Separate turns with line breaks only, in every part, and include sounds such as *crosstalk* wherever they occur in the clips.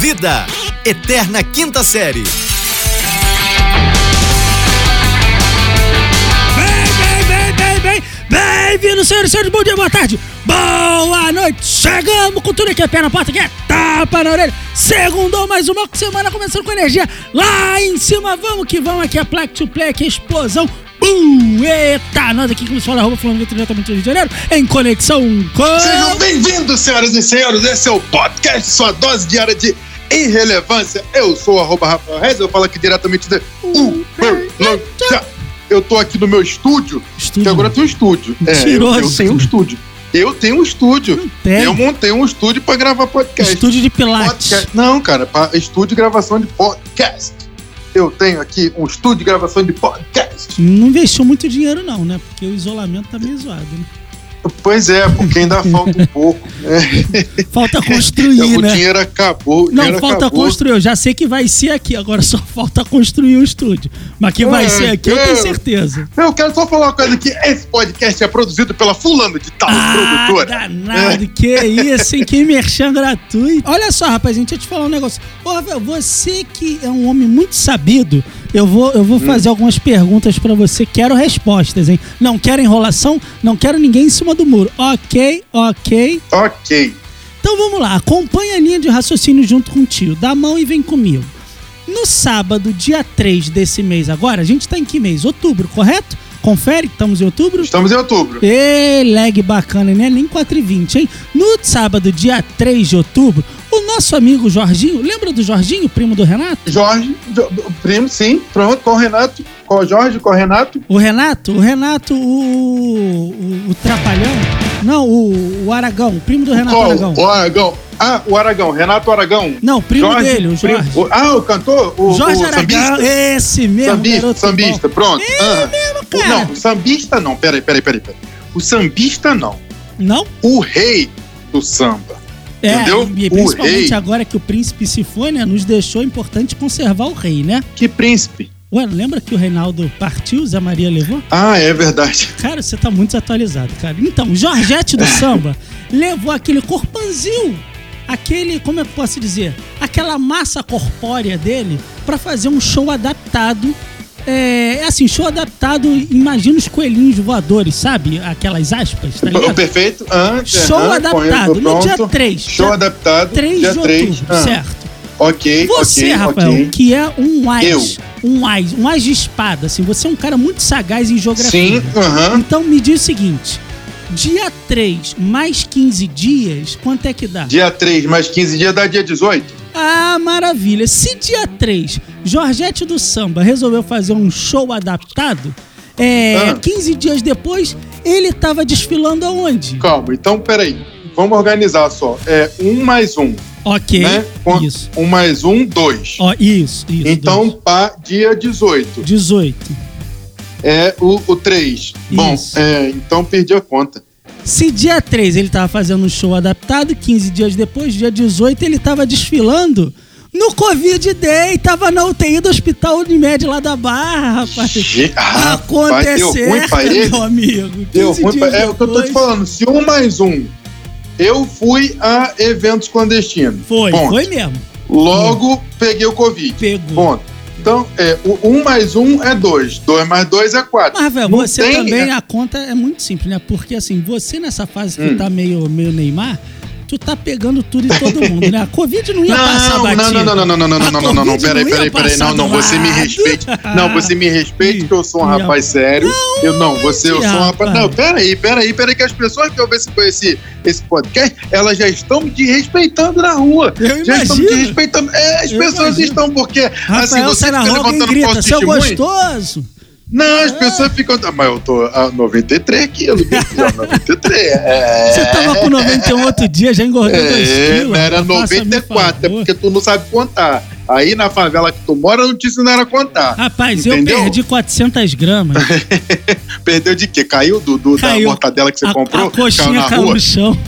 Vida, Eterna Quinta Série.
Bem, bem, bem, bem, bem, vindo senhores, senhores, bom dia, boa tarde, boa noite, chegamos com tudo aqui, é pé na porta, aqui é tapa na orelha, segundou mais uma semana, começando com energia, lá em cima, vamos que vamos, aqui é Plaque to Plaque, explosão, bum, eita, nós aqui que nos fala, arroba Flamengo diretamente do Rio de Janeiro, em conexão com...
Sejam bem-vindos, senhoras e senhores. Esse é o podcast, sua dose diária de irrelevância. Eu sou o arroba Rafael Reis, eu falo aqui diretamente da Uberlândia. Eu tô aqui no meu estúdio, que
Estúdio.
agora tem um estúdio. É, eu,
Mentiroso.
eu tenho um estúdio. Eu tenho um estúdio.
tem.
Eu montei um estúdio pra gravar podcast.
É? Estúdio de Pilates.
Podcast- Não, cara, pra estúdio de gravação de podcast. Eu tenho aqui um estúdio de gravação de podcast.
Não investiu muito dinheiro não, né? Porque o isolamento tá meio zoado, né?
Pois é, porque ainda falta
*laughs*
um pouco. né? *laughs*
Falta construir,
Então, o
né?
dinheiro acabou. o
Não,
dinheiro
falta
acabou.
construir. Eu já sei que vai ser aqui, agora só *laughs* falta construir o estúdio. Mas que vai
É,
ser aqui, eu tenho
é.
certeza.
Eu quero só falar uma coisa aqui. Esse podcast é produzido pela fulano de tal
Ah,
produtora.
danado, que isso, hein? Que merchan é gratuito. Olha só, rapaz, gente, deixa eu te falar um negócio. Ô, Rafael, você que é um homem muito sabido, eu vou, eu vou fazer algumas perguntas pra você. Quero respostas, hein? Não quero enrolação, não quero ninguém em cima do muro. Ok, ok.
Ok.
Então vamos lá, acompanha a linha de raciocínio junto com o tio. Dá a mão e vem comigo. No sábado, dia 3 desse mês agora, a gente tá em que mês? Outubro, correto? Confere, que estamos em outubro.
Estamos em outubro.
Ê, lag bacana, né? Nem 4 e 20 hein? No sábado, dia 3 de outubro, o nosso amigo Jorginho, lembra do Jorginho, primo do Renato?
Jorge, Jo- primo, sim. Pronto, com o Renato. Com o Jorge, com o Renato.
O Renato, o Renato, o, o, o Trapalhão, não, o, o Aragão, o primo do Renato
Qual?
Aragão.
O Aragão. Ah, o Aragão. Renato Aragão.
Não, primo dele, o
primo-
Jorge.
o- ah, o cantor? O,
Jorge
o
Aragão,
sambista?
esse mesmo
Sambista,
garoto
sambista,
bom.
pronto.
É
Ah.
mesmo,
O-
cara.
não, o sambista não. Peraí, peraí, peraí. peraí. O sambista não.
Não?
O rei do samba.
É,
Entendeu?
e
O
principalmente
rei.
agora que o príncipe se foi, né, nos deixou importante conservar o rei, né?
Que príncipe.
Ué, lembra que o Reinaldo partiu, Zé Maria levou?
Ah, é verdade.
Cara, você tá muito desatualizado, cara. Então, Jorgette
*laughs*
do samba levou aquele corpanzil, aquele, como eu posso dizer, aquela massa corpórea dele pra fazer um show adaptado. É, assim, show adaptado, imagina os coelhinhos voadores, sabe? Aquelas aspas, tá
O
ligado?
perfeito. Ah,
Show
aham,
adaptado, no
pronto.
dia 3.
Show
dia
adaptado.
3
dia
de
três.
outubro,
Ah,
certo?
Ok,
Você,
ok,
Rafael,
ok.
que é um ás, um ás, um ás de espada, assim, você é um cara muito sagaz em geografia.
Sim, aham.
Então me diz o seguinte: dia 3 mais 15 dias, quanto é que dá?
Dia 3 mais 15 dias dá dia 18.
Ah, maravilha! Se dia 3 Jorgette do Samba resolveu fazer um show adaptado, é,
Ah.
15 dias depois, ele tava desfilando aonde?
Calma, então peraí. Vamos organizar só. É 1 mais 1,
Ok.
né? Quanto?
Isso.
1 mais 1, 2.
Ó, isso, isso.
Então,
dois.
pá, dia 18.
18.
É o 3. Bom,
Isso.
é, então perdi a conta.
Se dia 3 ele tava fazendo um show adaptado, 15 dias depois, dia 18, ele tava desfilando no Covid Day, tava na UTI do Hospital Unimed lá da Barra, rapaz.
Ge- Ah, rapaz,
Aconteceu,
Deu ruim pra ele.
*laughs* meu amigo.
Deu
15
ruim pra...
dias
É o que eu tô te
depois.
falando. Se 1 mais 1, eu fui a eventos clandestinos.
Foi,
Ponto.
foi mesmo.
Logo, peguei o Covid.
Pegou.
Ponto. Então, é, o 1 mais 1 é 2. 2 mais 2 é 4.
Mas, Rafael,
Não
você
tem-
também, a conta é muito simples, né? Porque, assim, você nessa fase que
Hum.
tá meio, meio Neymar, tu tá pegando tudo e todo mundo, né? A Covid não ia passar batida.
não, não, não, não, não, não,
A
não, não, não, não, não,
Covid
peraí,
não ia
peraí, peraí,
passar
não, não,
do
você me
lado. Ah,
respeite. Não, você me respeite que eu sou um
Ia-
rapaz sério. Eu não, você, eu sou um rapaz.
rapaz.
Não, peraí, peraí, peraí, que as pessoas que ouvem esse, esse, esse podcast, elas já estão me desrespeitando na rua.
Eu
Já estão me
imagino.
desrespeitando. É, as
Eu
pessoas
imagino.
estão, porque. assim,
Rafael
você
sai na
fica
rua e
levantando
grita,
falso
seu
testemunho.
gostoso!
Não, as pessoas ficam. Ah, Mas eu tô a 93
*laughs*
quilos, meu filho, a 93. É.
Você tá tava com 91 outro dia, já engordou 2
É,
quilos.
mas era
Faça-me
94, é
favor.
porque tu não sabe contar. Aí na favela que tu mora, não te ensinaram a contar.
Rapaz,
Entendeu?
eu perdi 400
*laughs*
gramas.
Perdeu de quê? Caiu do, do-
Ah. Caiu.
da mortadela que você
a,
comprou?
a coxinha
caiu na
caiu
rua?
no chão.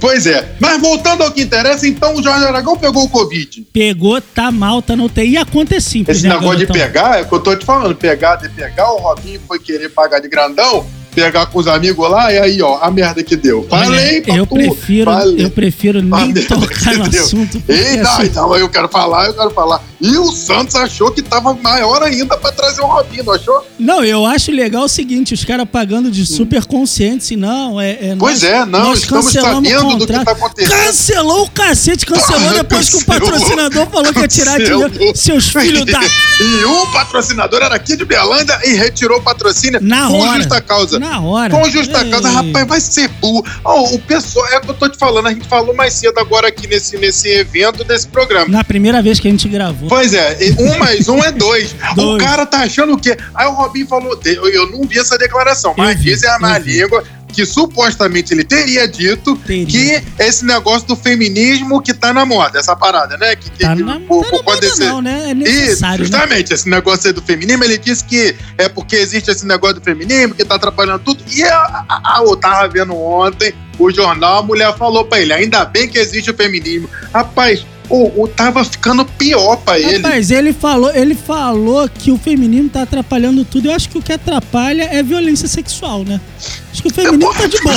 Pois é. Mas voltando ao que interessa, então o Jorge Aragão pegou o Covid.
Pegou, tá mal, tá na UTI. E acontece simples,
Esse
né,
negócio de
garotão?
pegar, é o que eu tô te falando, pegar, de pegar, o Robinho foi querer pagar de grandão, pegar com os amigos lá, e aí, ó, a merda que deu. Falei,
eu
papo,
prefiro,
falei.
eu prefiro nem
Valeu,
tocar no
*laughs* entendeu?
assunto. porque
Eita,
assim,
então eu quero falar, eu quero falar. E o Santos achou que tava maior ainda pra trazer o Robinho, não achou?
Não, eu acho legal o seguinte, os caras pagando de super consciente, não, é... é
Hum. Pois
nós-
é, não,
nós
estamos
cancelamos o
sabendo do que
contrato.
tá acontecendo.
Cancelou o cacete, cancelou
Porra,
depois que o
Ah, cancelou.
patrocinador falou que ia tirar dinheiro.
Cancelou.
Seus filhos da...
E um patrocinador era aqui de Belândia e retirou o patrocínio
Na
com
hora.
justa causa.
Na hora.
Com justa
Ei.
causa, um rapaz, vai ser burro. Ó, o pessoal, é o que eu tô te falando, a gente falou mais cedo agora aqui nesse, nesse evento, nesse programa.
Na primeira vez que a gente gravou.
Pois é, e um mais um
*laughs*
é dois. O
Dois.
cara tá achando o quê? Aí o Robinho falou, de- eu- eu não vi essa declaração,
Eu
mas
vi,
dizem a má
eu vi.
língua que supostamente ele teria dito
Teria.
que esse negócio do feminismo que tá na moda, essa parada, né? Que, que-
Tá
que
na,
por-
tá na
por conta
moda
desse-
não, né? É
Isso,
necessário, né?
justamente, esse negócio aí do feminismo, ele disse que é porque existe esse negócio do feminismo, que tá atrapalhando tudo. E a, a- a- eu tava vendo ontem o jornal, a mulher falou pra ele, ainda bem que existe o feminismo. Rapaz, o, o tava ficando pior pra ele.
Rapaz, ele falou, ele falou que o feminismo tá atrapalhando tudo. Eu acho que o que atrapalha é violência sexual, né? Acho que o feminismo tá de
*laughs*
boa.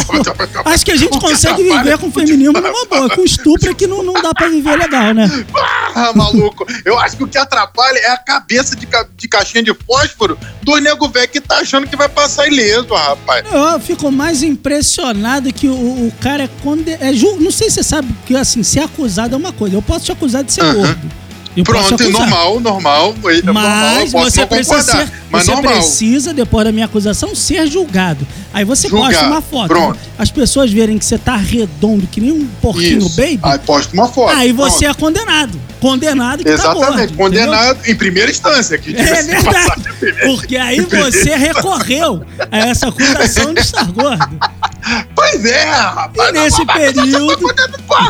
Acho que a gente
O que
consegue
atrapalha é
viver com o feminismo numa boa. Com estupro é que não, não dá pra viver legal, né?
Ah, maluco. Eu acho que o que atrapalha é a cabeça de, ca- de caixinha de fósforo do nego velho que tá achando que vai passar ileso, rapaz.
Eu fico mais impressionado que o, o cara é conde... é ju- Não sei se você sabe que assim, ser acusado é uma coisa. Eu posso te acusar de ser gordo. Eu posso te
Pronto,
acusar.
normal, normal. é normal, eu
Mas
posso
você
não
precisa
concordar,
ser,
mas
você
normal.
precisa, depois da minha acusação, ser julgado. Aí você
Julgar.
posta uma foto.
Pronto.
As pessoas verem que você tá redondo, que nem um porquinho
Isso.
baby.
Aí posta uma foto.
aí você é condenado. Condenado que
Pronto.
tá
Exatamente,
gordo, entendeu?
condenado em primeira instância. Que assim,
É
diga-se de
verdade.
*laughs* passagem, primeira-
Porque aí você recorreu a essa acusação de estar gordo.
Pois é,
E
*laughs* rapaz.
nesse período,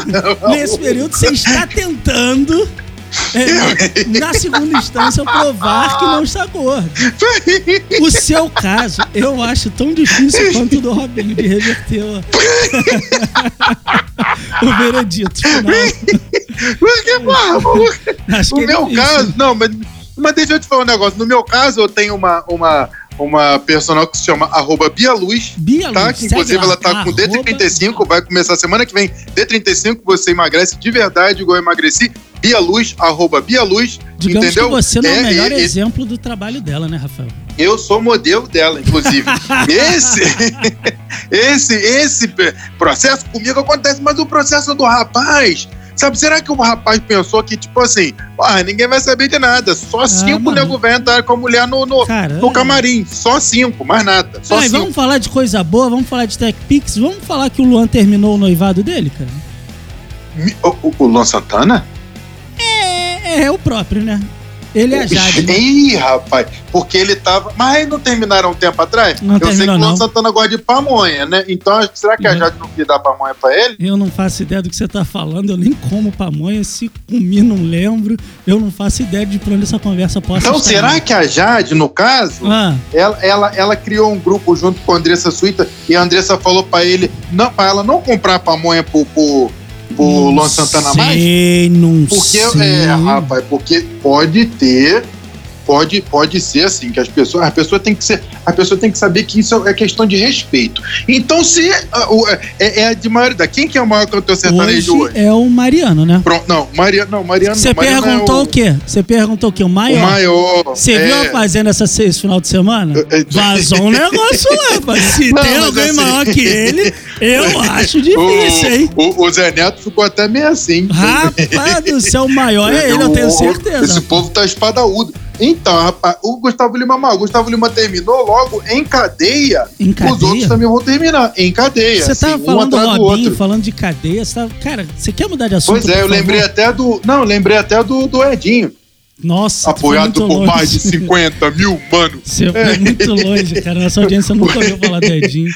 não-
nesse período, você está tentando, é, na segunda instância, provar que não está gordo. O seu caso, eu acho tão difícil quanto o do Robinho de reverter o, *laughs* o veredito. final.
Porque, porra,
*laughs*
maluco.
Acho
No
que é
meu
difícil.
caso, não, mas, mas deixa eu te falar um negócio. No meu caso, eu tenho uma, uma, uma personal que se chama arroba Bialuz.
Bia
Tá,
Luz,
que
segue
inclusive
lá,
ela tá com D35, vai começar semana que vem. D35, você emagrece de verdade, igual eu emagreci. Bia Luz, arroba Bia Luz,
Digamos
entendeu?
que você não é o melhor
e- e-
exemplo do trabalho dela, né, Rafael?
eu sou modelo
*laughs*
dela, inclusive. esse, esse, esse pe- processo comigo acontece, mas o processo do rapaz. Sabe, será que o rapaz pensou que, tipo assim, ah, ninguém vai saber de nada, só cinco
Ah, mano.
nego vai entrar com a mulher no, no,
Caramba.
no camarim, só cinco, mais nada, só assim.
Ai,
cinco.
vamos falar de coisa boa, vamos falar de Tech Pix, vamos falar que o Luan terminou o noivado dele, cara?
Mi- O, o, o Luan Santana?
É, é o próprio, né? Ele é a
*laughs*
Jade. né?
Ih, rapaz, porque ele tava. Mas não terminaram um tempo atrás?
Não
Eu sei que
terminou,
o Luan
não.
Santana gosta de pamonha, né? Então, será que a
Uhum.
Jade não queria dar pamonha pra ele?
Eu não faço ideia do que você tá falando, eu nem como pamonha, se comi não lembro, eu não faço ideia de pra onde essa conversa possa
Então,
estar
será
indo.
que a Jade, no caso,
Ah,
ela, ela, ela criou um grupo junto com a Andressa Suíta e a Andressa falou pra ele, não, pra ela não comprar pamonha pro, pro, pro
não
Luan Santana mais?
sei, não
Porque,
sei.
é, rapaz, porque pode ter, pode, pode ser assim, que as pessoas, a pessoa tem que ser, a pessoa tem que saber que isso é questão de respeito. Então, se ah, o- é, é a de maioridade, quem que é o maior cantor sertanejo
Hoje
hoje?
é o Mariano, né?
Pronto, não, Mariano, não, Mariano
Você
não, Mariano
perguntou o
é
quê? Você perguntou o quê? O
o, o
maior?
maior.
Você
é.
viu a fazenda essa sexta final de semana?
Eu- eu-
Vazou
*laughs*
um negócio lá, rapaz. Se
Não,
tem
mas
alguém
assim-
maior que ele,
*laughs*
eu acho difícil, hein?
O, o- o Zé Neto ficou até meio assim.
Rapaz do céu, o maior
*laughs*
é ele, eu tenho
Esse
certeza.
povo tá espadaúdo. Então, rapaz, o Gustavo Lima mal. O Gustavo Lima terminou logo em cadeia.
Em
Os outros
cadeia?
também vão terminar em cadeia.
Você tava
assim, um
falando do
atrás do
Robinho,
outro.
falando de cadeia. Você tava... Cara, você quer mudar de assunto?
Pois é, eu
por
lembrei
favor?
até do. Não, lembrei até do, do Edinho.
Nossa, tu foi
apoiado
muito
por
tá longe.
mais de É. 50 mil,
*laughs*
mano.
Você foi muito longe, cara. Nossa audiência nunca ouviu falar do Edinho.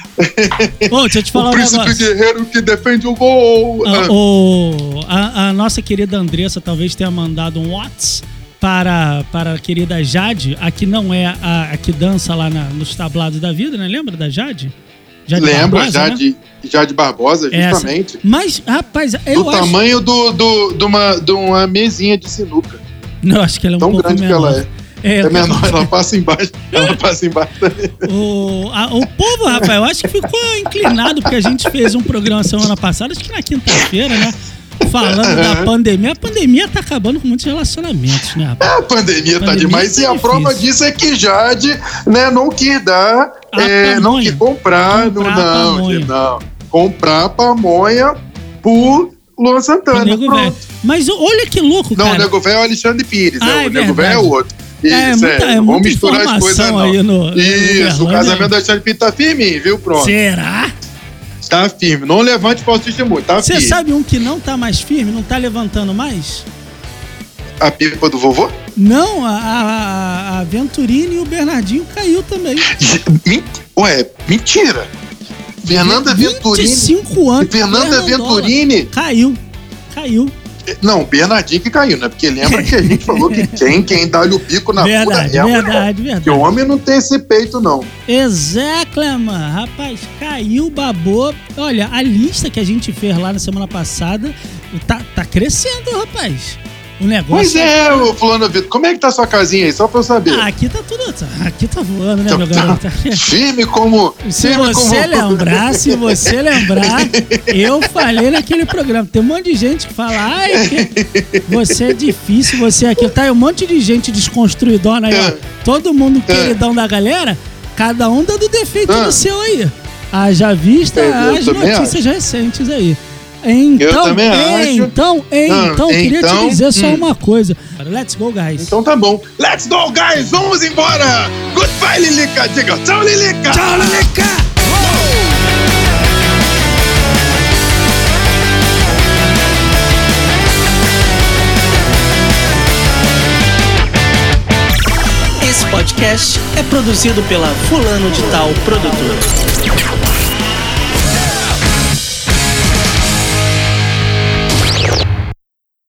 Ô, deixa eu te falar
*laughs* o
um
príncipe
negócio.
guerreiro que defende o gol.
A,
Ah,
o- a- a nossa querida Andressa talvez tenha mandado um Whats para, para a querida Jade, a que não é a, a que dança lá na- nos tablados da vida, né? Lembra da Jade? Jade
Lembra
Barbosa,
já
né?
de Jade Barbosa,
Essa.
justamente.
Mas, rapaz, assim, eu
do
acho.
tamanho do, do, de, uma, de uma mesinha de sinuca.
Não, acho que ela é um
Tão
pouco
grande que
menor.
ela é.
É,
É menor, ela passa embaixo. *laughs* Ela passa embaixo.
O, a- o povo, rapaz, eu acho que ficou inclinado, porque a gente fez um programa semana passada, acho que na quinta-feira, né? Falando da pandemia. A pandemia tá acabando com muitos relacionamentos, né, rapaz?
A pandemia tá
Pandemia
demais.
tá
e a
difícil.
prova disso é que Jade né, não quis dar,
A
é, não
pamonha.
quis comprar, não,
Comprar a
não,
pamonha.
gente, não. Comprar pamonha por Luan
O
Santana.
nego
É, pronto.
velho. Mas o- olha que louco,
Não, o
cara.
Nego Velho é o Alexandre Pires.
Ah,
é,
é
o Nego Velho é
verdade.
o outro. Isso,
É, muita- é
não vamos
muita
misturar as coisas,
informação
não.
aí no- no
Isso,
Uberlândia.
o casamento do Alexandre Pires tá firme, hein, viu? Pronto.
Será?
Tá firme. Não levante falso testemunho, tá
Você
firme.
sabe um que não tá mais firme, não tá levantando mais?
A pipa do vovô?
Não, a, a, a Venturini e o Bernardinho caiu também.
Min- Ué, mentira. Fernanda Venturini.
25 anos.
Fernanda
Fernandola.
Venturini.
Caiu. Caiu.
Não, Bernardinho que caiu, né? Porque lembra que a
*laughs*
gente falou que quem, quem dá-lhe o bico na
verdade,
bunda é a mulher.
verdade, verdade.
Porque o homem não tem esse peito, não.
Exaclama, rapaz, caiu, babou. Olha, a lista que a gente fez lá na semana passada tá, tá crescendo, rapaz. O negócio.
Pois é, ô Fulano Vitor, como é que tá sua casinha aí? Só pra eu saber.
Ah, aqui tá tudo. Aqui tá voando, né,
Tá-
meu
tá-
garoto?
*laughs* Firme como.
Se
firme como-
você lembrar, se
*laughs*
você lembrar, eu falei naquele programa. Tem um monte de gente que fala, ai, que você é difícil, você é aquilo. Tá aí um monte de gente desconstruidona aí,
Tá.
ó. Todo mundo queridão da galera, cada um dando defeito
Ah.
no seu aí. Haja vista
Eu- eu
as
também
notícias recentes aí. Então,
também acho.
então,
Ah,
então, queria te
então,
dizer só
hum.
uma coisa. Let's go, guys.
Então tá bom. Let's go, guys! Vamos embora! Goodbye, Lilica! Diga tchau, Lilica!
Tchau, Leleca!
Esse podcast é produzido pela Fulano de Tal Produtora.